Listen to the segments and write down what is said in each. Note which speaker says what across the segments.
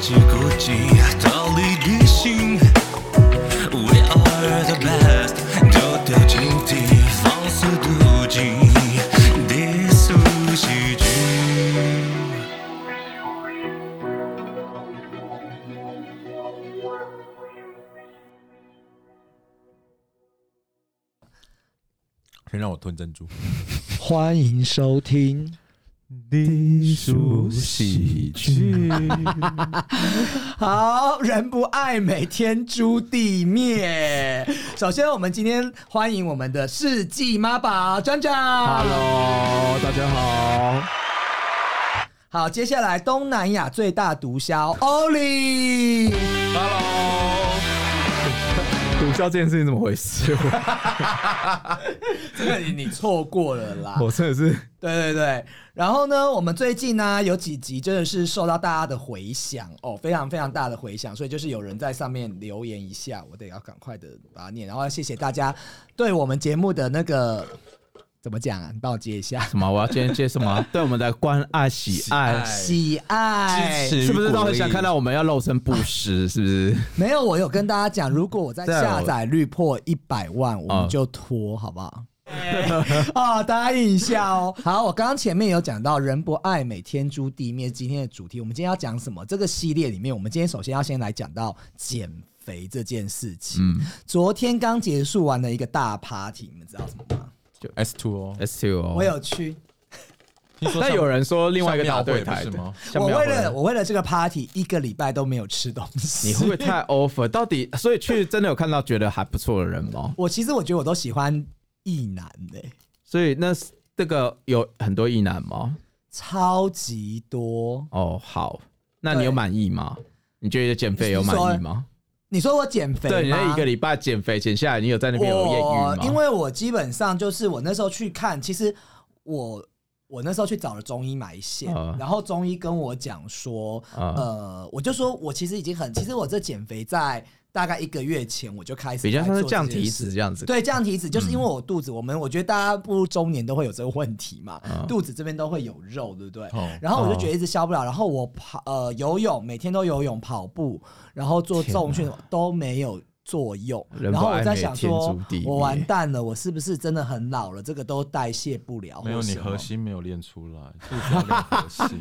Speaker 1: 叽咕叽，逃离地心。We are the best，丢掉警惕，放肆妒忌，低俗喜剧。
Speaker 2: 先让我吞珍珠。
Speaker 3: 欢迎收听，
Speaker 2: 低俗喜剧，
Speaker 3: 好人不爱美，天诛地灭。首先，我们今天欢迎我们的世纪妈宝专长。
Speaker 4: Hello，大家好。
Speaker 3: 好，接下来东南亚最大毒枭欧里。
Speaker 4: 毒枭这件事情怎么回事？我。
Speaker 3: 这个你你错过了啦
Speaker 5: 啊
Speaker 4: 我真的是
Speaker 3: 对对对，然后呢，我们最近呢、有几集真的是受到大家的回响哦，非常非常大的回响，所以就是有人在上面留言一下，我得要赶快的把它念，然后要谢谢大家对我们节目的那个怎么讲啊？你帮我接一下，
Speaker 5: 什么？我要今天接什 么？对我们的关爱、喜爱，
Speaker 3: 喜
Speaker 2: 支
Speaker 3: 爱
Speaker 2: 持
Speaker 5: 是不是都很想看到我们要露身不实？是不是？
Speaker 3: 没有，我有跟大家讲，如果我在
Speaker 5: 在
Speaker 3: 下
Speaker 5: 我
Speaker 3: 载率破一百万，我们
Speaker 5: 嗯
Speaker 3: 就拖，好不好？ 啊、答应一下哦。好，我刚刚前面有讲到“人不爱美，天诛地灭”今天的主题，我们今天要讲什么？这个系列里面，我们今天首先要先来讲到减肥这件事情。
Speaker 5: 嗯
Speaker 3: 昨天刚结束完的一个大 party，你们知道什么
Speaker 5: 嗯
Speaker 3: 吗？
Speaker 2: 就 S two 哦。
Speaker 5: ，S two 哦。
Speaker 3: 我有去，
Speaker 2: 听说
Speaker 5: 但有人说另
Speaker 2: 另
Speaker 5: 外一个大对台
Speaker 2: 是吗？？
Speaker 5: 像
Speaker 3: 我
Speaker 5: 庙
Speaker 3: 为
Speaker 5: 会
Speaker 3: 了我为了这个 party 一个礼拜都没有吃东西。
Speaker 5: 你会不会太 over？到底所以去真的有看到觉得还不错的人吗？
Speaker 3: 我其实我觉得我都喜欢异男的、
Speaker 5: 所以那是这个有很多意男吗？
Speaker 3: 超级多。
Speaker 5: 哦，好，那你
Speaker 3: 对
Speaker 5: 有满意吗？你觉得减肥有满意吗？
Speaker 3: 你说我减肥吗？
Speaker 5: 对，你那一个礼拜减肥减下来，你有在那边有艳遇
Speaker 3: 我
Speaker 5: 吗？
Speaker 3: 因为我基本上就是我那时候去看，其实我我那时候去找了中医买线，
Speaker 5: 嗯
Speaker 3: 然后中医跟我讲说，
Speaker 5: 嗯
Speaker 3: 呃，我就说我其实已经很，其实我这减肥在大概一个月前我就开始
Speaker 5: 比较像
Speaker 3: 在
Speaker 5: 是
Speaker 3: 做
Speaker 5: 降
Speaker 3: 这件
Speaker 5: 体
Speaker 3: 事
Speaker 5: 脂这样子。嗯
Speaker 3: 对，降体脂就是因为我肚子，我们我觉得大家步入中年都会有这个问题嘛，
Speaker 5: 嗯
Speaker 3: 肚子这边都会有肉，对不对？
Speaker 2: 哦
Speaker 3: 然后我就觉得一直消不了，然后我跑呃游泳，每天都游泳、跑步，然后做重训都没有。作用，
Speaker 5: 人
Speaker 3: 然后
Speaker 5: 不
Speaker 3: 我
Speaker 5: 爱
Speaker 3: 在
Speaker 5: 美
Speaker 3: 想
Speaker 5: 天
Speaker 3: 说
Speaker 5: 诛地，
Speaker 3: 我
Speaker 5: 灭
Speaker 3: 完蛋了，我是不是真的很老了？这个都代谢不了，
Speaker 2: 没有，
Speaker 3: 或
Speaker 2: 你
Speaker 3: 什么
Speaker 2: 核心没有练出来，肚子要练核 心。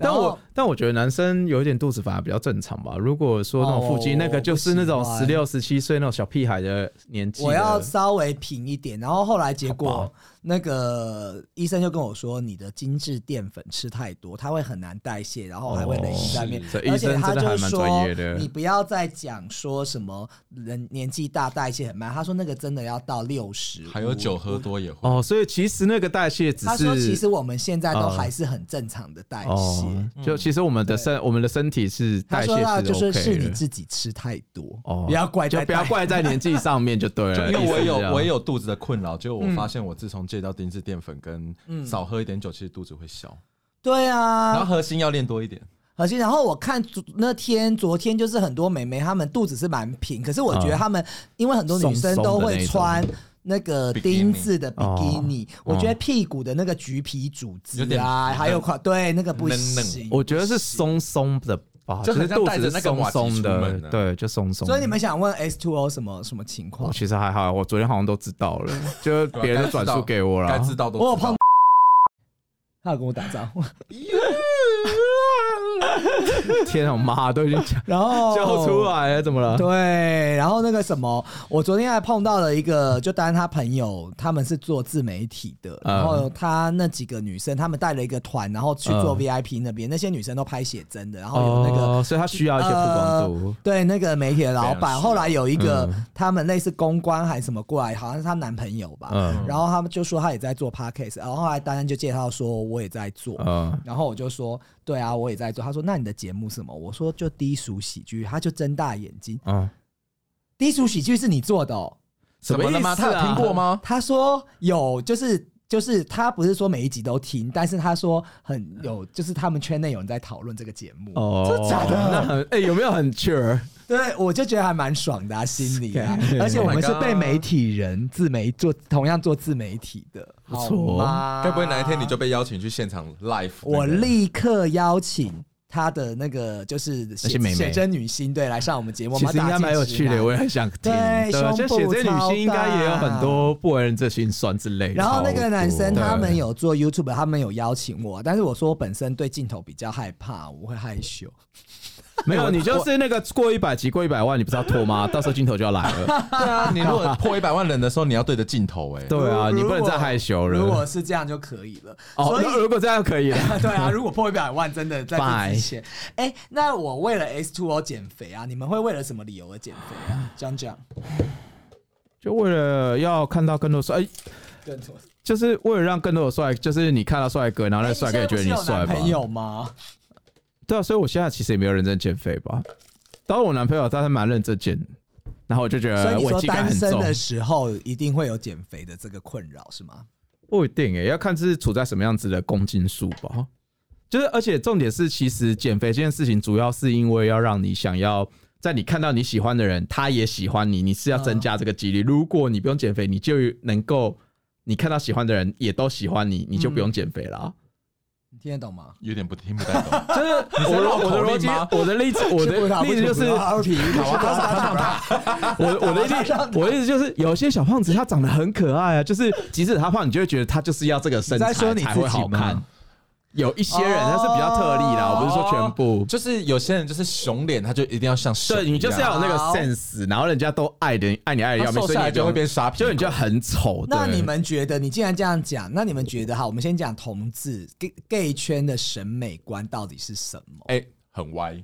Speaker 5: 但
Speaker 3: 然
Speaker 5: 我
Speaker 3: 后
Speaker 5: 但我觉得男生有一点肚子反而比较正常吧。如果说那种腹肌，
Speaker 3: 哦
Speaker 5: 那个就是那种
Speaker 3: 我不喜
Speaker 5: 十
Speaker 3: 欢
Speaker 5: 六、十七岁那种小屁孩的年纪的。
Speaker 3: 我要稍微平一点，然后后来结
Speaker 5: 好
Speaker 3: 果
Speaker 5: 吧
Speaker 3: 那个医生就跟我说，你的精致淀粉吃太多，它会很难代谢，然后还会累积在面
Speaker 2: 哦。
Speaker 5: 这
Speaker 3: 而
Speaker 5: 医
Speaker 3: 且
Speaker 5: 生
Speaker 3: 他
Speaker 5: 真的
Speaker 3: 就
Speaker 5: 还蛮专
Speaker 3: 说
Speaker 5: 业的，
Speaker 3: 你。不要再讲说什么人年纪大代谢很慢，他说那个真的要到六十，
Speaker 2: 还有酒喝多也会。
Speaker 5: 哦，所以其实那个代谢只
Speaker 3: 他说其
Speaker 5: 是
Speaker 3: 实我们现在都
Speaker 5: 呃
Speaker 3: 还是很正常的代谢。
Speaker 5: 哦，就其实我们的身我们的身体是
Speaker 3: 嗯他
Speaker 5: 代谢
Speaker 3: 说到就是
Speaker 5: OK
Speaker 3: 是你
Speaker 5: 的。
Speaker 3: 自己吃太多，
Speaker 5: 哦
Speaker 3: 不要怪
Speaker 5: 就
Speaker 3: 在
Speaker 5: 不要
Speaker 3: 代
Speaker 5: 怪在年纪上面就 对
Speaker 2: 就
Speaker 5: 了。
Speaker 2: 因为我也
Speaker 5: 意思是这
Speaker 2: 有
Speaker 5: 样
Speaker 2: 我也有肚子的困扰，就我发现我自从戒掉精致淀粉跟
Speaker 3: 嗯
Speaker 2: 少喝一点酒，其实肚子会消，
Speaker 3: 对
Speaker 2: 然后
Speaker 3: 啊，
Speaker 2: 核心要练多一点。
Speaker 3: 可呃惜。然后我看昨那天昨天就是很多美眉她们肚子是蛮平，可是我觉得
Speaker 5: 嗯
Speaker 3: 她们、因为很多女生
Speaker 5: 松松的
Speaker 3: 都
Speaker 5: 那
Speaker 3: 会
Speaker 5: 一种
Speaker 3: 穿。那个
Speaker 2: Bikini
Speaker 3: 丁字的比基
Speaker 5: 哦
Speaker 3: 尼，我觉得屁股的那个橘皮组织
Speaker 2: 有点
Speaker 3: 啊，还有块对那个不
Speaker 2: 嫩嫩
Speaker 3: 行，
Speaker 5: 我觉得是松松的吧，
Speaker 2: 就很
Speaker 5: 是
Speaker 2: 像
Speaker 5: 肚
Speaker 2: 带着
Speaker 5: 子
Speaker 2: 那
Speaker 5: 是
Speaker 2: 个
Speaker 5: 松
Speaker 2: 瓦吉
Speaker 5: 松
Speaker 2: 出
Speaker 5: 的
Speaker 2: 门啊，
Speaker 5: 对，就松松的。
Speaker 3: 所以你们想问 S two O 什么什么情况
Speaker 5: 我？其实还好，我昨天好像都知道了， 就别人都转述给我
Speaker 2: 啊该
Speaker 5: 了。
Speaker 2: 知道都知道
Speaker 3: 我有碰，他有跟我打招呼，
Speaker 5: 天啊，妈都已经讲
Speaker 3: 然 后
Speaker 5: 叫出。来了，怎么了？
Speaker 3: 对，然后那个什么，我昨天还碰到了一个，就当然他朋友，他们是做自媒体的，
Speaker 5: 嗯
Speaker 3: 然后他那几个女生，他们带了一个团，然后去做
Speaker 5: 嗯
Speaker 3: VIP 那边，那些女生都拍写真的，然后有那个呃
Speaker 5: 哦，所以他需要一些曝光度。啊
Speaker 3: 对，那个媒体的老
Speaker 2: 非常需
Speaker 3: 板，
Speaker 2: 要
Speaker 3: 后来有一个、
Speaker 5: 嗯
Speaker 3: 他们类似公关还是什么过来，好像是她男朋友吧，
Speaker 5: 嗯
Speaker 3: 然后他们就说他也在做 podcast，然后后来丹丹就介绍说我也在做。
Speaker 5: 嗯，
Speaker 3: 然后我就说，对啊，我也在做。他说，那你的节目是什么？我说就低俗喜剧。他就睁大眼睛，
Speaker 5: 嗯，
Speaker 3: 低俗喜剧是你做的、哦？
Speaker 2: 怎么了吗？他
Speaker 5: 什么意思
Speaker 2: 有
Speaker 5: 啊
Speaker 2: 听过吗？
Speaker 3: 他说有，就是就是他不是说每一集都听，但是他说很有，就是他们圈内有人在讨论这个节目。
Speaker 5: 嗯哦，真
Speaker 3: 假的
Speaker 5: 那很哎，有没有很 sure？
Speaker 3: 对，我就觉得还蛮爽的、啊，心里、 啊。而且
Speaker 2: Oh my
Speaker 3: 我们是
Speaker 2: God
Speaker 3: 被媒体人、自媒做同样做自媒体的，
Speaker 5: 不错
Speaker 3: 好吗
Speaker 2: 该不会哪一天你就被邀请去现场 live？
Speaker 3: 我
Speaker 2: 那个
Speaker 3: 立刻邀请她的那个就是写
Speaker 5: 那些妹妹
Speaker 3: 写真女星，对，来上我们节目，
Speaker 5: 其实应该蛮有趣
Speaker 3: 我们要打进啊
Speaker 5: 的，
Speaker 3: 十大
Speaker 5: 我也很想听。
Speaker 3: 对
Speaker 5: 啊对，
Speaker 3: 胸
Speaker 5: 就
Speaker 3: 部
Speaker 5: 写这些女
Speaker 3: 超
Speaker 5: 星应该也有很多不为人知的心酸之类的。
Speaker 3: 然后那
Speaker 5: 超
Speaker 3: 个男生
Speaker 5: 多
Speaker 3: 他们
Speaker 5: 对
Speaker 3: 有做 YouTube，他们有邀请我，但是我说我本身对镜头比较害怕，我会害羞。
Speaker 5: 没有，你就是那个过一百集、过一百万，你不是要拖 吗？到时候镜头就要来 了。
Speaker 2: 对啊，你如果破一百万人的时候，你要对着镜头哎。
Speaker 5: 对啊，
Speaker 3: 如
Speaker 5: 你不能再害羞
Speaker 3: 如
Speaker 5: 了
Speaker 3: 果。是这样就可以了。
Speaker 5: 哦
Speaker 3: 所，以
Speaker 5: 那如果这样可以了。
Speaker 3: 对啊，如果破一百万，真的在这
Speaker 5: Bye
Speaker 3: 之前，哎、那我为了 S two O 减肥啊，你们会为了什么理由而减肥啊？讲讲，
Speaker 5: 就为了要看到更多帅，哎
Speaker 3: 更多。
Speaker 5: 就是为了让更多的帅，就是你看到帅哥，然后那
Speaker 3: 哎
Speaker 5: 帅哥也觉得
Speaker 3: 你现在不是有
Speaker 5: 帅
Speaker 3: 男
Speaker 5: 吧？
Speaker 3: 朋友吗？
Speaker 5: 对啊，所以我现在其实也没有认真减肥吧。当然我男朋友他还蛮认真减，然后我就觉
Speaker 3: 所以
Speaker 5: 得
Speaker 3: 你
Speaker 5: 呃我
Speaker 3: 说
Speaker 5: 体感
Speaker 3: 单
Speaker 5: 很
Speaker 3: 身
Speaker 5: 重。
Speaker 3: 的时候一定会有减肥的这个困扰是吗？
Speaker 5: 不一定欸诶，要看是处在什么样子的公斤数吧。就是，而且重点是，其实减肥这件事情，主要是因为要让你想要在你看到你喜欢的人，他也喜欢你，你是要增加这个几率。如果你不用减肥，你就能够你看到喜欢的人也都喜欢你，你就不用减肥啦。
Speaker 3: 你听得懂吗？
Speaker 2: 有点不听不太懂，
Speaker 5: 就是我的我的逻辑，我的例子，我
Speaker 3: 吃葡
Speaker 5: 的
Speaker 3: 萄
Speaker 5: 例子就是啊
Speaker 3: 不啊吐葡萄二皮，卡哇啊
Speaker 5: 我啊我的意思，我的意思就是，有些小胖子他长得很可爱啊，就是即使他胖，你就会觉得他就是要这个身材
Speaker 3: 你在说你自己
Speaker 5: 才会好看
Speaker 3: 吗。
Speaker 5: 有一些人他是比较特例啦，我不是说全部。
Speaker 2: 就是有些人就是熊脸，他就一定要像熊
Speaker 5: 对你就是要有那个
Speaker 3: 好
Speaker 5: sense，然后人家都爱的爱你爱的
Speaker 2: 他
Speaker 5: 要命，
Speaker 2: 瘦
Speaker 5: 所以
Speaker 2: 下
Speaker 5: 你
Speaker 2: 来
Speaker 5: 也不
Speaker 2: 就
Speaker 5: 用
Speaker 2: 会变，傻逼
Speaker 5: 就。你就很丑。
Speaker 3: 那
Speaker 5: 对
Speaker 3: 你们觉得，你既然这样讲，那你们觉得哈，我们先讲同志 gay gay 圈的审美观到底是什么？
Speaker 2: 哎很歪，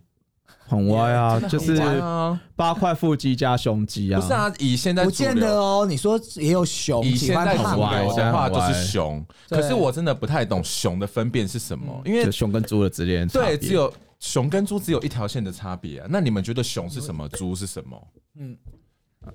Speaker 5: 很歪啊，就是
Speaker 2: 很歪啊
Speaker 5: 八块腹肌加胸肌啊。
Speaker 2: 不是，啊？以现在
Speaker 3: 不
Speaker 2: 主流
Speaker 3: 见得哦，你说也有熊
Speaker 2: 以
Speaker 3: 喜
Speaker 2: 现
Speaker 3: 欢
Speaker 2: 在
Speaker 3: 胖哦
Speaker 2: 主
Speaker 5: 歪
Speaker 2: 流
Speaker 5: 现在
Speaker 2: 的话
Speaker 5: 很
Speaker 2: 就
Speaker 5: 歪
Speaker 2: 是熊，
Speaker 3: 对
Speaker 2: 可是我真的不太懂熊的分辨是什么，因为
Speaker 5: 嗯就胸跟猪的之间的差别
Speaker 2: 对只有熊跟猪只有一条线的差别啊。那你们觉得熊是什么，猪是什么？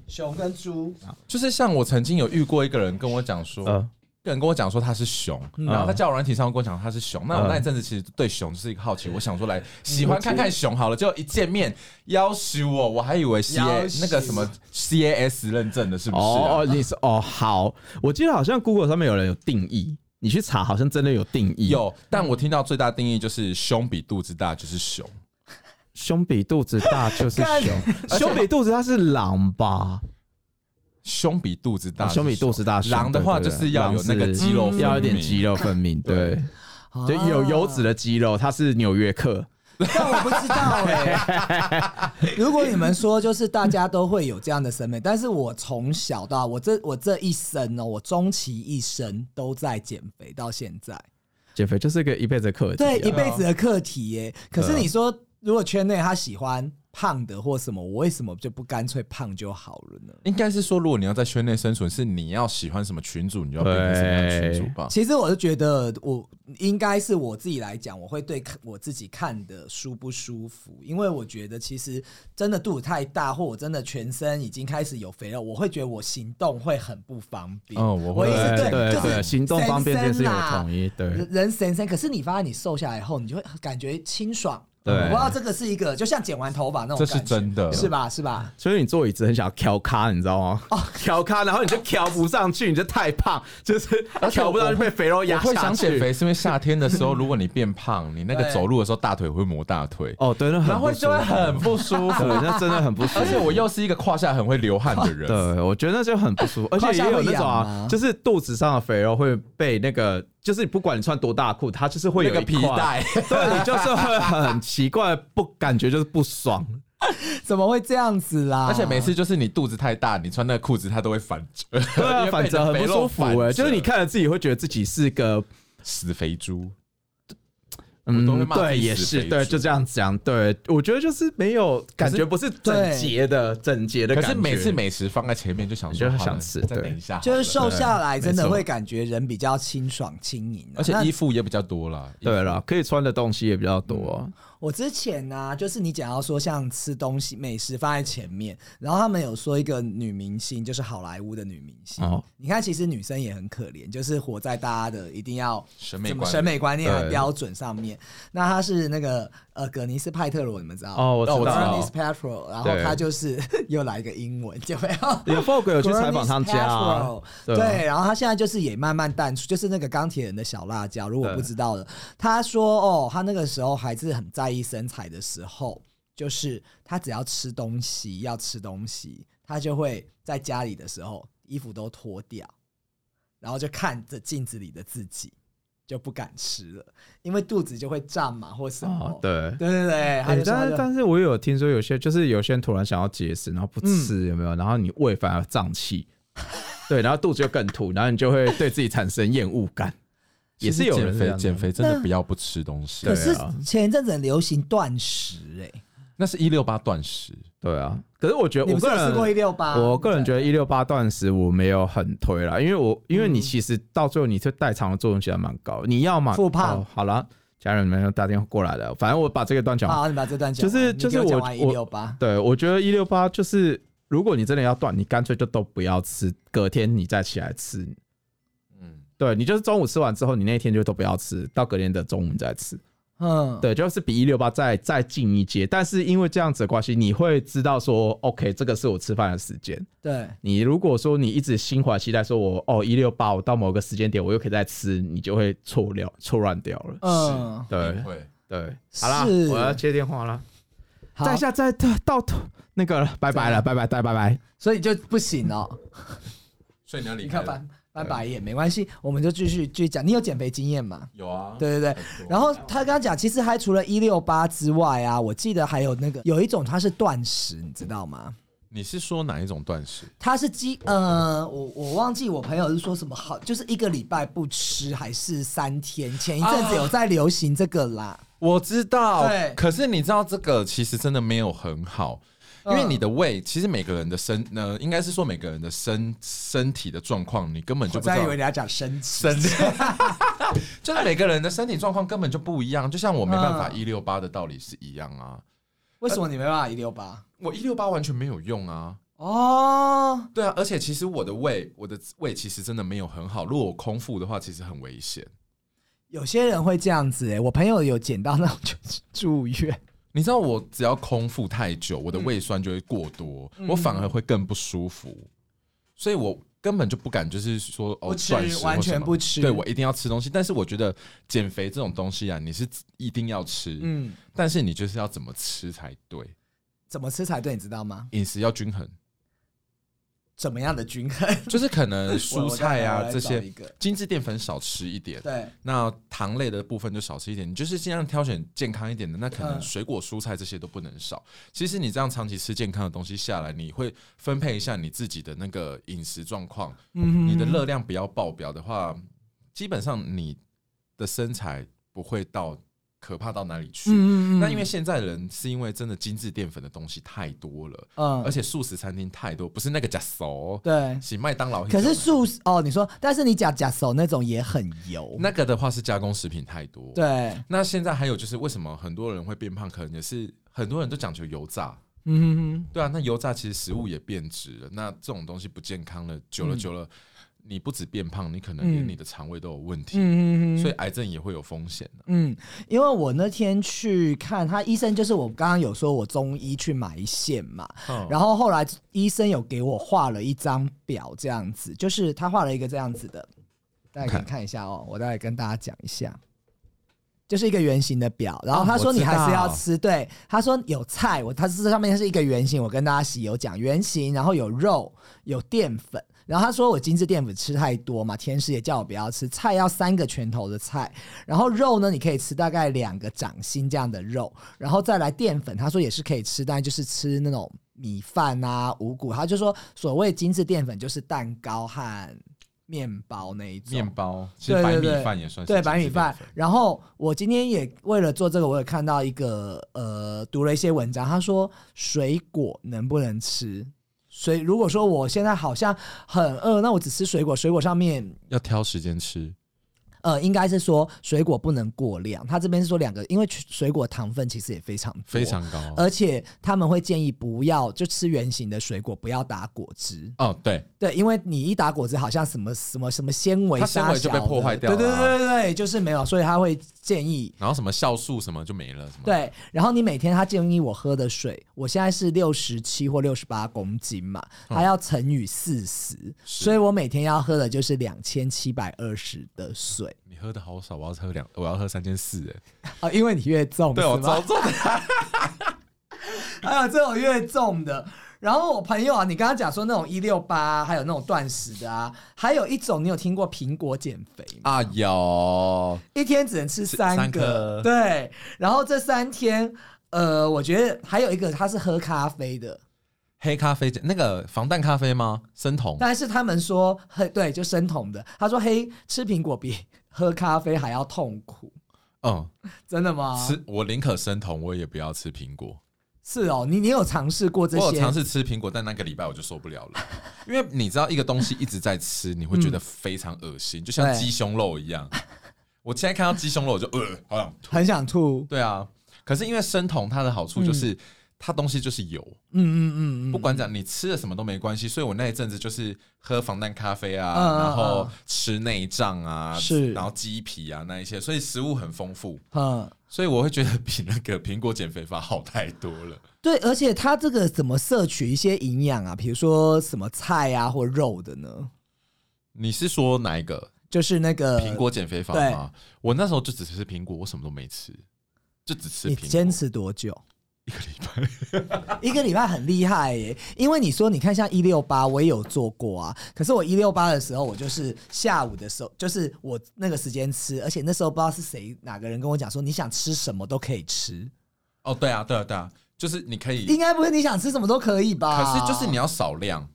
Speaker 3: 熊跟猪，
Speaker 2: 就是像我曾经有遇过一个人跟我讲说，
Speaker 5: 呃
Speaker 2: 有人跟我讲说他是熊，然后他叫我软体上跟我讲他是熊。那我
Speaker 5: 嗯
Speaker 2: 那一阵子其实对熊就是一个好奇，我想说来喜欢看看熊好了。结果一见面，要求我，我还以为 C
Speaker 3: 要
Speaker 2: A
Speaker 3: 挟
Speaker 2: 那个什么 C A S 认证的，是不是啊、
Speaker 5: 哦哦，你是哦好，我记得好像 Google 上面有人有定义，你去查好像真的有定义，
Speaker 2: 有，但我听到最大定义就是胸比肚子大就是熊。
Speaker 5: 胸比肚子大 就是熊，胸比肚子大是狼吧？
Speaker 2: 胸比肚子大
Speaker 5: 啊
Speaker 2: 是熊，
Speaker 5: 胸比肚子大是熊，
Speaker 2: 狼的话
Speaker 5: 对
Speaker 2: 就
Speaker 5: 对对
Speaker 2: 是要有那个
Speaker 5: 狼是
Speaker 2: 肌肉分
Speaker 5: 嗯
Speaker 2: 泌，
Speaker 5: 要有点肌肉分泌，对，
Speaker 3: 啊
Speaker 5: 就有油脂。的肌肉，它是纽约客，
Speaker 3: 但我不知道哎、 如果你们说就是大家都会有这样的审美，但是我从小到我这我这一生哦，我终其一生都在减肥，到现在。
Speaker 5: 减肥就是一个一辈子的课题啊，
Speaker 3: 对一辈子的课题耶。可是你说，如果圈内他喜欢胖的或什么，我为什么就不干脆胖就好了呢？
Speaker 2: 应该是说，如果你要在圈内生存，是你要喜欢什么群主，你就要变成什么样的群主吧。
Speaker 3: 其实我是觉得我，应该是我自己来讲，我会对我自己看的舒不舒服，因为我觉得其实真的肚子太大，或我真的全身已经开始有肥肉，我会觉得我行动会很不方便。
Speaker 2: 哦我会
Speaker 3: 意思对，
Speaker 5: 对对
Speaker 3: 就是
Speaker 5: 对，行动方便这件事情
Speaker 3: 神
Speaker 5: 我
Speaker 3: 圣啦
Speaker 5: 同意，对
Speaker 3: 人人神神，可是你发现你瘦下来后，你就会感觉清爽。
Speaker 5: 对
Speaker 3: 我不知道这个是一个，就像剪完头发那种
Speaker 2: 这
Speaker 3: 感
Speaker 2: 是
Speaker 3: 觉，
Speaker 2: 真的
Speaker 3: 是吧？是吧？
Speaker 5: 所以你坐椅子很想要挑咖，你知道吗？
Speaker 2: 哦
Speaker 5: 挑咖，然后你就挑不上去，你就太胖，就是挑不上去被肥肉
Speaker 2: 我
Speaker 5: 压
Speaker 2: 会
Speaker 5: 下
Speaker 2: 想
Speaker 5: 去
Speaker 2: 减。肥，是因为夏天的时候，如果你变胖，你那个
Speaker 3: 对
Speaker 2: 走路的时候大腿会磨大腿，
Speaker 5: 哦，对，那很
Speaker 2: 然后
Speaker 5: 不舒
Speaker 2: 就会
Speaker 5: 服
Speaker 2: 很不舒服
Speaker 5: 对，。那真的很不舒服。
Speaker 2: 而且我又是一个胯下很会流汗的人，
Speaker 5: 对，我觉得那就很不舒 服，而且
Speaker 3: 胯下
Speaker 5: 也有
Speaker 3: 会
Speaker 5: 那种
Speaker 3: 痒
Speaker 5: 啊
Speaker 3: 吗，
Speaker 5: 就是肚子上的肥肉会被那个，就是你不管你穿多大的裤，它就是会有
Speaker 2: 那
Speaker 5: 一
Speaker 2: 个皮
Speaker 5: 块，
Speaker 2: 带
Speaker 5: 对，你就是会很奇怪，不感觉就是 不爽。
Speaker 3: 怎么会这样子啦？
Speaker 2: 而且每次就是你肚子太大，你穿那个裤子它都会反折，
Speaker 5: 对
Speaker 2: 因
Speaker 5: 啊，
Speaker 2: 为
Speaker 5: 反
Speaker 2: 被
Speaker 5: 正
Speaker 2: 你的
Speaker 5: 很
Speaker 2: 肥
Speaker 5: 不
Speaker 2: 肉
Speaker 5: 舒服
Speaker 2: 反
Speaker 5: 哎、
Speaker 2: 折
Speaker 5: 就是你看了自己会觉得自己是个，
Speaker 2: 死肥猪，我都会
Speaker 5: 嗯，
Speaker 2: 骂自己
Speaker 5: 对，也
Speaker 2: 死
Speaker 5: 是
Speaker 2: 肥
Speaker 5: 对，
Speaker 2: 猪
Speaker 5: 就这样讲。对，我觉得就是没有感觉，不是整
Speaker 3: 对
Speaker 5: 洁的整洁的
Speaker 2: 可
Speaker 5: 感觉。
Speaker 2: 是每次美食放在前面就想说，
Speaker 5: 你就
Speaker 2: 好了
Speaker 5: 想吃
Speaker 2: 再
Speaker 5: 对
Speaker 2: 等一下好了，
Speaker 3: 就是瘦下来，真的
Speaker 5: 没错
Speaker 3: 会感觉人比较清爽轻盈啊、
Speaker 2: 而且
Speaker 3: 那
Speaker 2: 衣服也比较多了，
Speaker 5: 对了，可以穿的东西也比较多啊、
Speaker 3: 我之前呢、就是你讲到说像吃东西美食放在前面，然后他们有说一个女明星，就是好莱坞的女明星。
Speaker 5: 哦
Speaker 3: 你看，其实女生也很可怜，就是活在大家的一定要
Speaker 2: 审美
Speaker 3: 怎么
Speaker 2: 观
Speaker 3: 审美观念和
Speaker 5: 对
Speaker 3: 标准上面。那她是那个呃葛尼斯派特罗，你们知道吗？
Speaker 5: 哦，我知
Speaker 2: 哦我知
Speaker 5: 道。
Speaker 2: 道
Speaker 3: Grannis p a t r o 然后
Speaker 5: 对
Speaker 3: 他就是 又来一个英文，就没有。
Speaker 5: 有 Fog 有去采访他们家、啊
Speaker 3: Granny's，
Speaker 5: 对
Speaker 3: Casserole，
Speaker 5: 啊
Speaker 3: 对，然后他现在就是也慢慢淡出，就是那个钢铁人的小辣椒。如果
Speaker 5: 对
Speaker 3: 不知道的，他说哦，他那个时候还是很在意身材的时候，就是他只要吃东西，要吃东西，他就会在家里的时候衣服都脱掉，然后就看着镜子里的自己，就不敢吃了，因为肚子就会胀嘛或什
Speaker 2: 嗯
Speaker 3: 么。
Speaker 5: 哦，对。
Speaker 3: 对对对，他
Speaker 5: 哎
Speaker 3: 就说他
Speaker 5: 但是
Speaker 3: 就
Speaker 5: 但是我有听说有些就是有些人突然想要节食，然后
Speaker 3: 嗯
Speaker 5: 不吃、有没有？然后你胃反而胀气，对，然后肚子就更凸，然后你就会对自己产生厌恶感，也是有
Speaker 2: 减
Speaker 5: 人这
Speaker 2: 肥
Speaker 5: 样，
Speaker 2: 减
Speaker 5: 肥。
Speaker 2: 肥真的不要不吃东西。
Speaker 3: 可
Speaker 2: 对，
Speaker 3: 是
Speaker 5: 对啊
Speaker 3: 前一阵子很流行断食、哎，
Speaker 2: 那是一六八断食，
Speaker 5: 对啊，可是我觉得
Speaker 3: 你
Speaker 5: 我
Speaker 3: 不是
Speaker 5: 个
Speaker 3: 有
Speaker 5: 人
Speaker 3: 吃过一六八？
Speaker 5: 我个人觉得一六八断食我没有很推啦，因为我因为
Speaker 3: 嗯
Speaker 5: 你其实到最后你这代偿的作用其实蛮高，你要嘛
Speaker 3: 复胖
Speaker 5: 哦好了，家人们又打电话过来了，反正我把这个段讲完。
Speaker 3: 好，你把这段讲完，
Speaker 5: 就是就是我
Speaker 3: 一六八，
Speaker 5: 对，我觉得一六八就是如果你真的要断，你干脆就都不要吃，隔天你再起来吃。
Speaker 2: 嗯，
Speaker 5: 对你就是中午吃完之后，你那天就都不要吃，到隔天的中午你再吃。
Speaker 3: 嗯，
Speaker 5: 对，就是比一六八再再近一阶，但是因为这样子的关系，你会知道说，OK，这个是我吃饭的时间。
Speaker 3: 对
Speaker 5: 你如果说你一直心怀期待，说我哦一六八，我到某个时间点我又可以再吃，你就会错了错乱掉了。
Speaker 3: 嗯，
Speaker 5: 对
Speaker 2: 会
Speaker 5: 对，好啦，
Speaker 3: 是
Speaker 5: 我要接电话了，
Speaker 3: 好
Speaker 5: 在，下再到那个了，拜拜了，拜拜，拜拜拜。
Speaker 3: 所以就不行 了。
Speaker 2: 所以你要离
Speaker 3: 你
Speaker 2: 开了。
Speaker 3: 看翻翻白眼没关系，我们就继续继续讲。你有减肥经验吗？
Speaker 2: 有啊，
Speaker 3: 对对对
Speaker 2: 很多，
Speaker 3: 然后他刚刚讲，其实还除了一六八之外啊，我记得还有那个有一种它是断食，你知道吗？
Speaker 2: 你是说哪一种断食？
Speaker 3: 它是基呃，我我忘记我朋友是说什么好，就是一个礼拜不吃还是三天，前一阵
Speaker 5: 啊
Speaker 3: 子有在流行这个啦。
Speaker 2: 我知道，
Speaker 3: 对
Speaker 2: 可是你知道这个其实真的没有很好，因为你的胃，其实每个人的身，呃，应该是说每个人的身身体的状况，你根本就
Speaker 3: 嗯我
Speaker 2: 不知道
Speaker 3: 在以。为你要讲生吃，
Speaker 2: 身体就是每个人的身体状况根本就不一样，就像我没办法一六八的道理是一样啊，
Speaker 3: 为什么你没办法一六八？
Speaker 2: 我一六八完全没有用啊。
Speaker 3: 哦，
Speaker 2: 对啊，而且其实我的胃，我的胃其实真的没有很好。如果我空腹的话，其实很危险。
Speaker 3: 有些人会这样子哎、我朋友有捡到那种就是住院，
Speaker 2: 你知道，我只要空腹太久，我的
Speaker 3: 嗯
Speaker 2: 胃酸就会过多，我反而会更不舒服，所以我根本就不敢，就是说哦，
Speaker 3: 不吃
Speaker 2: 断食或
Speaker 3: 完全
Speaker 2: 什么
Speaker 3: 不吃
Speaker 2: 对我一定要吃东西。但是我觉得减肥这种东西啊，你是一定要吃，
Speaker 3: 嗯，
Speaker 2: 但是你就是要怎么吃才对，
Speaker 3: 怎么吃才对，你知道吗？
Speaker 2: 饮食要均衡，
Speaker 3: 怎么样的均衡？
Speaker 2: 就是可能 蔬菜
Speaker 3: 我我
Speaker 2: 啊
Speaker 3: 再
Speaker 2: 这
Speaker 3: 找一
Speaker 2: 些
Speaker 3: 个
Speaker 2: 精致淀粉少吃一点，
Speaker 3: 对，
Speaker 2: 那糖类的部分就少吃一点，你就是尽量挑选健康一点的。那可能
Speaker 3: 嗯
Speaker 2: 水果、蔬菜这些都不能少。其实你这样长期吃健康的东西下来，你会分配一下你自己的那个饮食状况，
Speaker 3: 嗯
Speaker 2: 你的热量不要爆表的话，基本上你的身材不会到可怕到哪里去。
Speaker 3: 嗯
Speaker 2: 那因为现在人是因为真的精致淀粉的东西太多了，
Speaker 3: 嗯
Speaker 2: 而且素食餐厅太多，不是那个假熟，
Speaker 3: 对，
Speaker 2: 洗麦当劳那种。
Speaker 3: 可是素食哦，你说，但是你讲假手那种也很油，
Speaker 2: 那个的话是加工食品太多，
Speaker 3: 对，
Speaker 2: 那现在还有就是，为什么很多人会变胖？可能也是很多人都讲求油炸，
Speaker 3: 嗯
Speaker 2: 对啊，那油炸其实食物也变质了，那这种东西不健康了，久了久了，你不止变胖，你可能连
Speaker 3: 嗯
Speaker 2: 你的肠胃都有问题，
Speaker 3: 嗯
Speaker 2: 所以啊癌症也会有风险的、
Speaker 3: 嗯，因为我那天去看他医生，就是我刚刚有说我中医去埋线嘛，嗯
Speaker 2: 嗯
Speaker 3: 然后后来医生有给我画了一张表，这样子，就是他画了一个这样子的，大家可以看一下哦，我大概跟大家讲一下。就是一个圆形的表，然后他说你还是要吃，对，他说有菜，我他是这上面是一个圆形，我跟大家洗有讲圆形，然后有肉，有淀粉，然后他说我精致淀粉吃太多嘛，甜食也叫我不要吃，菜要三个拳头的菜，然后肉呢，你可以吃大概两个掌心这样的肉，然后再来淀粉，他说也是可以吃，但就是吃那种米饭啊、五谷，他就说所谓精致淀粉就是蛋糕和面包那一种，
Speaker 2: 面包，其实
Speaker 3: 对
Speaker 2: 白
Speaker 3: 对
Speaker 2: 米
Speaker 3: 对
Speaker 2: 饭也算是
Speaker 3: 对白米
Speaker 2: 精致淀
Speaker 3: 饭
Speaker 2: 粉。
Speaker 3: 然后我今天也为了做这个，我也看到一个呃，读了一些文章，他说水果能不能吃？所以如果说我现在好像很饿，那我只吃水果，水果上面
Speaker 2: 要挑时间吃，
Speaker 3: 呃，应该是说水果不能过量。他这边是说两个，因为水果糖分其实也非常多
Speaker 2: 非常高。
Speaker 3: 而且他们会建议不要就吃圆形的水果，不要打果汁。
Speaker 2: 哦，对，
Speaker 3: 对，因为你一打果汁，好像什么什么什么纤维，
Speaker 2: 它纤维就被破坏掉了
Speaker 3: 对对
Speaker 2: 啊
Speaker 3: 对对对，就是没有，所以他会建议。
Speaker 2: 然后什么酵素什么就没了，什么
Speaker 3: 对，然后你每天他建议我喝的水，我现在是六十七或六十八公斤嘛，
Speaker 2: 嗯
Speaker 3: 他要乘以四十、所以我每天要喝的就是两千七百二十的水
Speaker 2: 你喝的好少，我要喝两，我要喝三千四，哎，
Speaker 3: 啊、因为你越重，
Speaker 2: 对我
Speaker 3: 是吗
Speaker 2: 早做的，
Speaker 3: 还有这种越重的。然后我朋友啊，你刚刚讲说那种一六八，还有那种断食的啊，还有一种你有听过苹果减肥吗？
Speaker 2: 啊有，
Speaker 3: 一天只能吃三个，
Speaker 2: 三颗
Speaker 3: 对。然后这三天，呃，我觉得还有一个他是喝咖啡的，
Speaker 2: 黑咖啡那个防弹咖啡吗？生酮
Speaker 3: 但是他们说很对，就生酮的。他说嘿，吃苹果比 喝咖啡还要痛苦，
Speaker 2: 嗯，
Speaker 3: 真的吗？
Speaker 2: 吃我宁可生酮，我也不要吃苹果。
Speaker 3: 是哦，你你有尝试过这
Speaker 2: 我有
Speaker 3: 些
Speaker 2: 尝试吃苹果，但那个礼拜我就受不了 了，因为你知道一个东西一直在吃，你会觉得非常恶心，就像
Speaker 3: 对
Speaker 2: 鸡胸肉一样。我现在看到鸡胸肉我就呃，好想吐。
Speaker 3: 很想吐，
Speaker 2: 对啊，可是因为生酮它的好处就是、它东西就是油，
Speaker 3: 嗯嗯嗯嗯
Speaker 2: 不
Speaker 3: 嗯，
Speaker 2: 管讲你吃了什么都没关系，所以我那一阵子就是喝防弹咖啡啊，
Speaker 3: 嗯嗯
Speaker 2: 然后吃内脏啊，
Speaker 3: 是
Speaker 2: 然后鸡皮啊那一些，所以食物很丰富，
Speaker 3: 嗯。
Speaker 2: 所以我会觉得比那个苹果减肥法好太多了。
Speaker 3: 对，而且它这个怎么摄取一些营养啊？比如说什么菜啊或肉的呢？
Speaker 2: 你是说哪一个
Speaker 3: 就是那个
Speaker 2: 苹，果减肥法吗？我那时候就只吃苹果，我什么都没吃，就只吃
Speaker 3: 你
Speaker 2: 苹果。
Speaker 3: 坚持多久？
Speaker 2: 一个礼
Speaker 3: 一个礼拜很厉害耶，因为你说你看像一六八，我也有做过啊。可是我一六八的时候，我就是下午的时候，就是我那个时间吃，而且那时候不知道是谁哪个人跟我讲说你想吃什么都可以吃，
Speaker 2: 拜。哦，对啊，对啊，对啊，就是你可以
Speaker 3: 应，该不是你想吃什么都可以吧？
Speaker 2: 可是就是你要少量。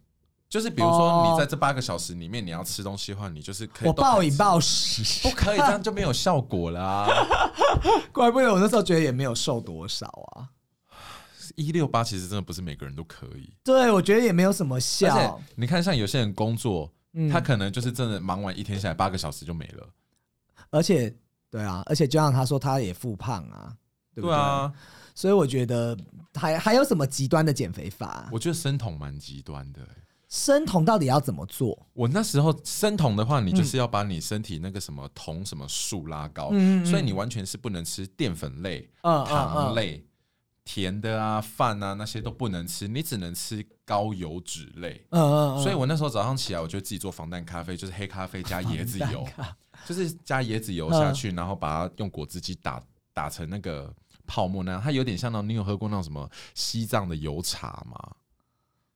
Speaker 2: 就是比如
Speaker 3: 哦
Speaker 2: 说，你在这八个小时里面，你要吃东西的话，你就是可以
Speaker 3: 我
Speaker 2: 都可以
Speaker 3: 暴饮
Speaker 2: 吃
Speaker 3: 暴食，
Speaker 2: 不可以，这 样就没有效果啦。
Speaker 3: 怪不得我那时候觉得也没有瘦多少啊。
Speaker 2: 一六八其实真的不是每个人都可以，
Speaker 3: 对，我觉得也没有什么
Speaker 2: 而
Speaker 3: 效
Speaker 2: 且。你看，像有些人工作，
Speaker 3: 嗯
Speaker 2: 他可能就是真的忙完一天下来八个小时就没了。
Speaker 3: 而且对啊，而且就像他说，他也复胖啊，对不对？
Speaker 2: 啊，
Speaker 3: 所以我觉得还还有什么极端的减肥法啊？
Speaker 2: 我觉得生酮蛮极端的欸、
Speaker 3: 生酮到底要怎么做？
Speaker 2: 我那时候生酮的话，你
Speaker 3: 嗯
Speaker 2: 就是要把你身体那个什么酮什么素拉高，
Speaker 3: 嗯嗯嗯
Speaker 2: 所以你完全是不能吃淀粉类、
Speaker 3: 嗯
Speaker 2: 糖类、甜的啊、饭啊那些都不能吃，你只能吃高油脂类。
Speaker 3: 嗯嗯嗯，
Speaker 2: 所以我那时候早上起来，我就自己做防弹咖啡，就是黑咖啡加椰子油， 就是加椰子油下
Speaker 3: 嗯
Speaker 2: 去，然后把它用果汁机打打成那个泡沫那样。它有点像那种，你有喝过那种什么西藏的油茶吗？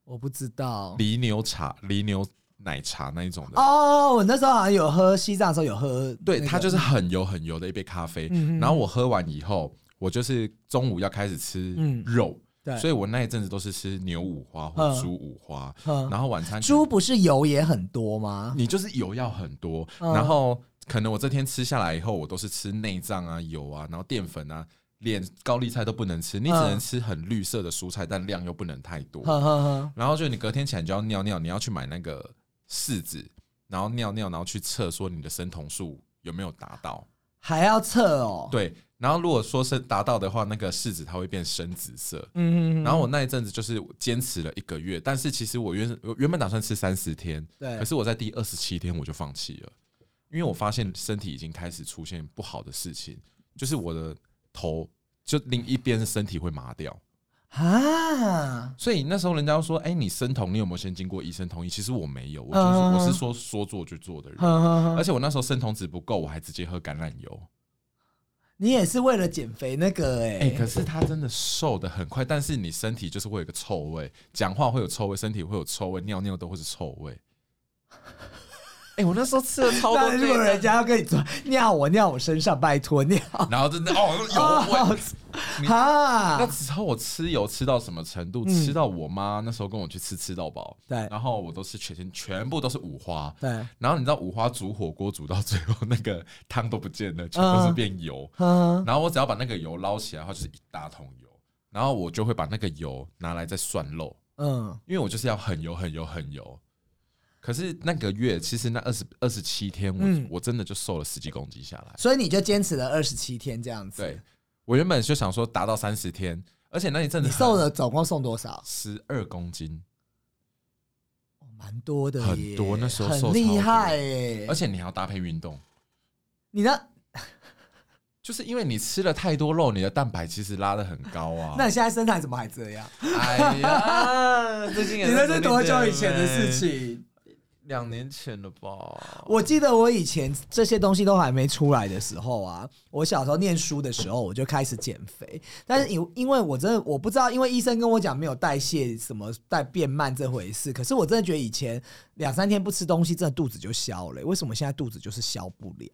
Speaker 3: 我不知道。
Speaker 2: 梨牛茶、梨牛奶茶那一种的。
Speaker 3: 哦，我那时候好像有喝西藏的时候有喝、。
Speaker 2: 对，它就是是很油很油的一杯咖啡。
Speaker 3: 嗯嗯嗯嗯
Speaker 2: 然后我喝完以后，我就是中午要开始吃
Speaker 3: 嗯
Speaker 2: 肉，
Speaker 3: 对
Speaker 2: 所以我那一阵子都是吃牛五花或
Speaker 3: 嗯
Speaker 2: 猪五花，
Speaker 3: 嗯
Speaker 2: 然后晚餐可能
Speaker 3: 猪不是油也很多吗？
Speaker 2: 你就是油要很多，
Speaker 3: 嗯
Speaker 2: 然后可能我这天吃下来以后，我都是吃内脏啊、油啊，然后淀粉啊，连高丽菜都不能吃，你只
Speaker 3: 嗯
Speaker 2: 能吃很绿色的蔬菜，但量又不能太多。
Speaker 3: 呵呵呵，
Speaker 2: 然后就你隔天起来你就要尿尿，你要去买那个柿子，然后尿尿，然后去测说你的生酮素有没有达到。
Speaker 3: 还要测哦。，
Speaker 2: 对，然后如果说是达到的话，那个柿子它会变深紫色。
Speaker 3: 嗯
Speaker 2: 然后我那一阵子就是坚持了一个月，但是其实我原我原本打算吃三十天，
Speaker 3: 对
Speaker 2: 可是我在第二十七天我就放弃了，因为我发现身体已经开始出现不好的事情，就是我的头就另一边身体会麻掉，
Speaker 3: 啊，
Speaker 2: 所以那时候人家说，哎、你生酮，你有没有先经过医生同意？其实我没有，我就是、
Speaker 3: 嗯
Speaker 2: 我是说说做就做的人，
Speaker 3: 呵呵
Speaker 2: 而
Speaker 3: 呵，
Speaker 2: 且我那时候生酮值不够，我还直接喝橄榄油。
Speaker 3: 你也是为了减肥那个哎、
Speaker 2: 哎、可是他真的瘦的很快，但是你身体就是会有一个臭味，讲话会有臭味，身体会有臭味，尿尿都会是臭味。 哎、我那时候吃了超多
Speaker 3: 但如
Speaker 2: 这
Speaker 3: 果
Speaker 2: 个
Speaker 3: 人家要跟你说尿我尿我身上，拜托尿。
Speaker 2: 然后真的哦 有
Speaker 3: 哦
Speaker 2: 味。，你那
Speaker 3: 哈，
Speaker 2: 时候我吃油吃到什么程度？吃到我妈那时候跟我去吃吃到饱，
Speaker 3: 对
Speaker 2: 然后我都是全全部都是五花，
Speaker 3: 对，
Speaker 2: 然后你知道五花煮火锅煮到最后那个汤都不见了，全部是
Speaker 3: 嗯
Speaker 2: 变油。
Speaker 3: 嗯，
Speaker 2: 然后我只要把那个油捞起来的话，就是一大桶油，然后我就会把那个油拿来再涮肉。
Speaker 3: 嗯，
Speaker 2: 因为我就是要很油、很油、很油。可是那个月，其实那二十二十七天，我、
Speaker 3: 嗯
Speaker 2: 我真的就瘦了十几公斤下来。
Speaker 3: 所以你就坚持了二十七天这样子。
Speaker 2: 对，我原本就想说达到三十天，而且那一阵子
Speaker 3: 你瘦了总共送多少？
Speaker 2: 十二公斤，
Speaker 3: 哦蛮多的耶，
Speaker 2: 很多那时候瘦
Speaker 3: 很
Speaker 2: 超
Speaker 3: 厉
Speaker 2: 多
Speaker 3: 害耶。
Speaker 2: 而且哦你还要搭配运动，
Speaker 3: 你那，
Speaker 2: 就是因为你吃了太多肉，你的蛋白其实拉的很高啊。
Speaker 3: 那你现在身材怎么还这样？
Speaker 2: 哎呀，最近也
Speaker 3: 你那是
Speaker 2: 努力
Speaker 3: 多久
Speaker 2: 减
Speaker 3: 以前的
Speaker 2: 肥
Speaker 3: 事？情？
Speaker 2: 两年前了吧？
Speaker 3: 我记得我以前这些东西都还没出来的时候啊，我小时候念书的时候我就开始减肥，但是因因为我真的我不知道，因为医生跟我讲没有代谢什么在变慢这回事，可是我真的觉得以前两三天不吃东西，真的肚子就消了、欸为什么现在肚子就是消不了？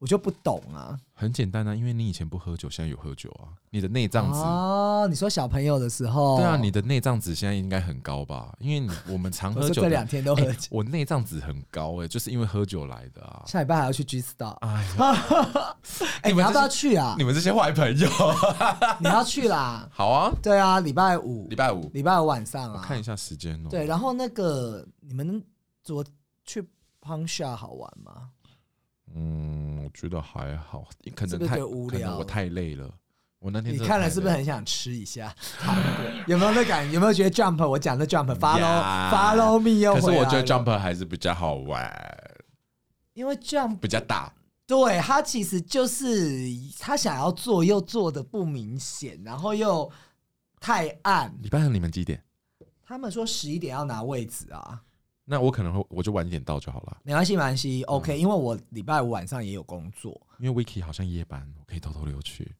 Speaker 3: 我就不懂啊！
Speaker 2: 很简单啊，因为你以前不喝酒，现在有喝酒啊，你的内脏脂
Speaker 3: 哦，你说小朋友的时候，
Speaker 2: 对啊，你的内脏值现在应该很高吧？因为你我们常
Speaker 3: 我
Speaker 2: 喝
Speaker 3: 是
Speaker 2: 酒
Speaker 3: 这
Speaker 2: 的，
Speaker 3: 两天都喝
Speaker 2: 哎
Speaker 3: 酒，
Speaker 2: 我内脏值很高哎、就是因为喝酒来的啊。
Speaker 3: 下礼拜还要去 G Star，
Speaker 2: 哎 呀，
Speaker 3: 哎、
Speaker 2: 你
Speaker 3: 你
Speaker 2: 们
Speaker 3: 要
Speaker 2: 这
Speaker 3: 不要
Speaker 2: 些
Speaker 3: 去啊
Speaker 2: 你？们这些坏朋 友，
Speaker 3: 你要去啦！
Speaker 2: 好啊，
Speaker 3: 对啊，礼拜五
Speaker 2: 礼，拜五
Speaker 3: 礼拜五晚上
Speaker 2: 我
Speaker 3: 啊，
Speaker 2: 看一下时间哦。
Speaker 3: 对，，然后那个你们昨去胖下好玩吗？
Speaker 2: 嗯，我觉得还好，可能
Speaker 3: 是不是
Speaker 2: 太
Speaker 3: 觉得无
Speaker 2: 可能
Speaker 3: 聊
Speaker 2: 我太累了。我那天
Speaker 3: 你
Speaker 2: 真的
Speaker 3: 看了
Speaker 2: 太
Speaker 3: 是不是
Speaker 2: 累
Speaker 3: 很想吃一下？ 有没有那感？有没有觉得 Jump 我讲的 Jump follow
Speaker 2: Yeah
Speaker 3: follow me 又
Speaker 2: 可是
Speaker 3: 回来
Speaker 2: 我
Speaker 3: 了？
Speaker 2: 觉得 jumper 还是比较好玩，
Speaker 3: 因为 Jump
Speaker 2: 比较大。
Speaker 3: 对他其实就是他想要做又做的不明显，然后又太暗。
Speaker 2: 礼拜二你们几点？
Speaker 3: 他们说十一点要拿位置啊，
Speaker 2: 那我可能会我就晚一点到就好了，
Speaker 3: 没关系，没关系，OK，、因为我礼拜五晚上也有工作。
Speaker 2: 因为 Vicky 好像夜班，我可以偷偷溜去。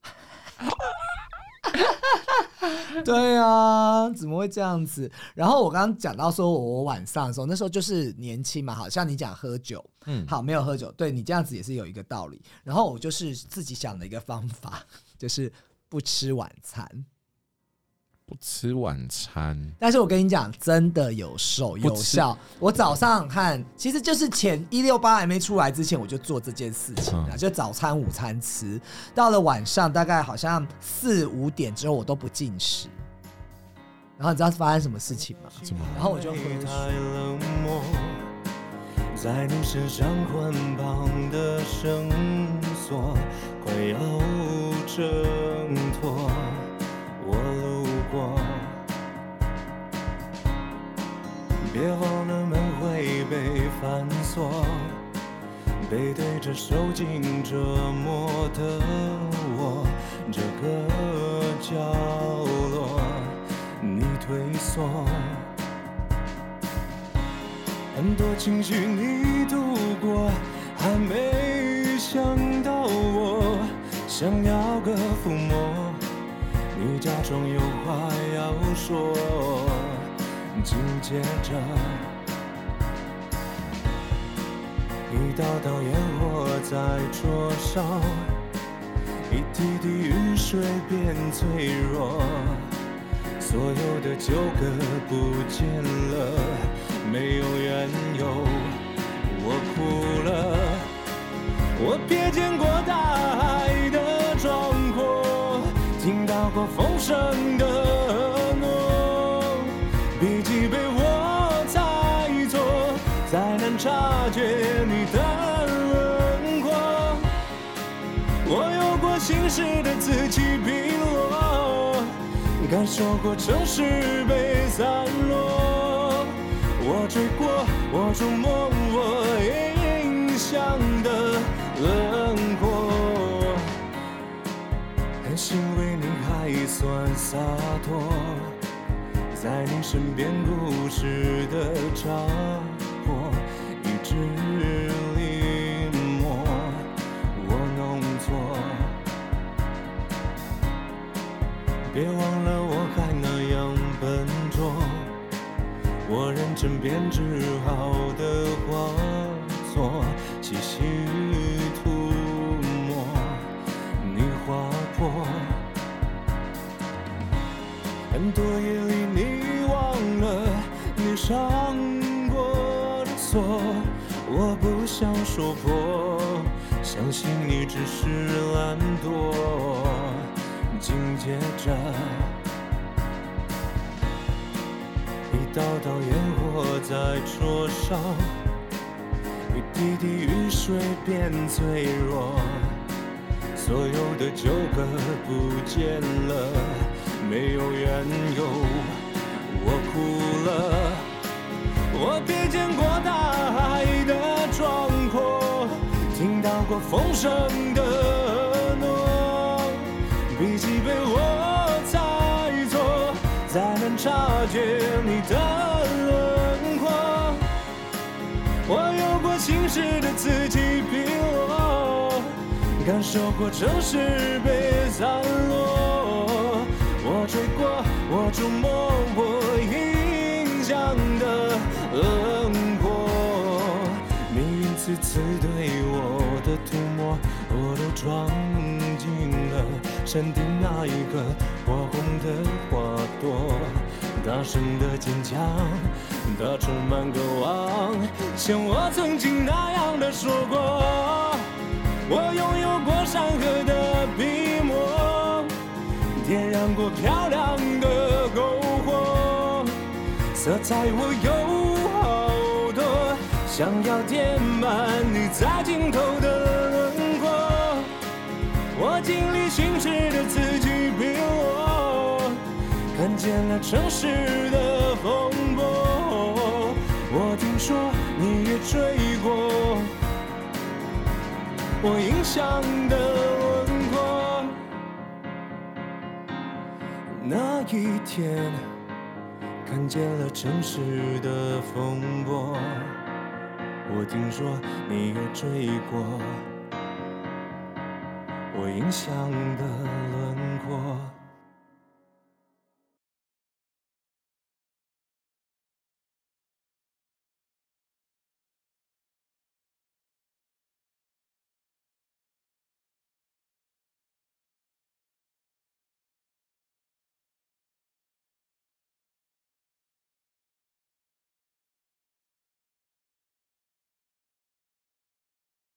Speaker 3: 对啊，怎么会这样子？然后我刚刚讲到说，我晚上的时候，那时候就是年轻嘛，好像你讲喝酒，
Speaker 2: 嗯，
Speaker 3: 好没有喝酒，对你这样子也是有一个道理。然后我就是自己想了一个方法， 就是不吃晚餐。
Speaker 2: 不吃晚餐。
Speaker 3: 但是我跟你讲，真的有瘦
Speaker 2: 嗯吃
Speaker 3: 有效。我早上看，其实就是前一六八还没出来之前，我就做这件事情了，
Speaker 2: 嗯
Speaker 3: 就早餐、午餐吃。到了晚上，大概好像四五点之后，我都不进食。然后你知道发生什么事情吗？
Speaker 2: 怎么了
Speaker 3: 然后我就回去
Speaker 1: 太冷漠，在你身上环绑的绳索快要挣脱，我路过，别忘了门会被反锁，背对着受尽折磨的我，这个角落你退缩。很多情绪你度过，还没想到我想要个抚摸，你假装有话要说，紧接着一道道烟火在灼烧，一滴滴雨水变脆弱。所有的纠葛不见了，没有缘由，我哭了。我瞥见过大海的壮阔，听到过风声的诺，笔记被我猜错，才能察觉你的轮廓。我有过心事的此起彼落，感受过城市被散落。我追过，我触摸我影像的轮廓。很欣慰你还算洒脱，在你身边故事的长河一直临摹，我弄错。别忘了我还那样笨拙，我认真编织好的画作，细细涂抹。你划破。很多夜里你忘了你上过的锁，我不想说破，相信你只是懒惰。紧接着。一道道烟火在灼烧，一滴滴雨水变脆弱，所有的纠葛不见了，没有缘由，我哭了。我瞥见过大海的壮阔，听到过风声的诺，笔记被我猜错，才能察觉你的轮廓。我有过晴时的此起彼落，感受过城市被散落。我追过，我触摸，我印象的轮廓，命运次次对我的涂抹，我都装进了山顶那一个火红的花朵。大声的坚强，它充满渴望，像我曾经那样的说过。我拥有过山河的笔墨，点燃过漂亮的篝火，色彩我有好多，想要填满你在尽头的轮廓。我经历心事的此起彼落，看见了城市的风波。我听说你也追过我印象的轮廓。那一天，看见了城市的风波。我听说你也追过我印象的轮廓。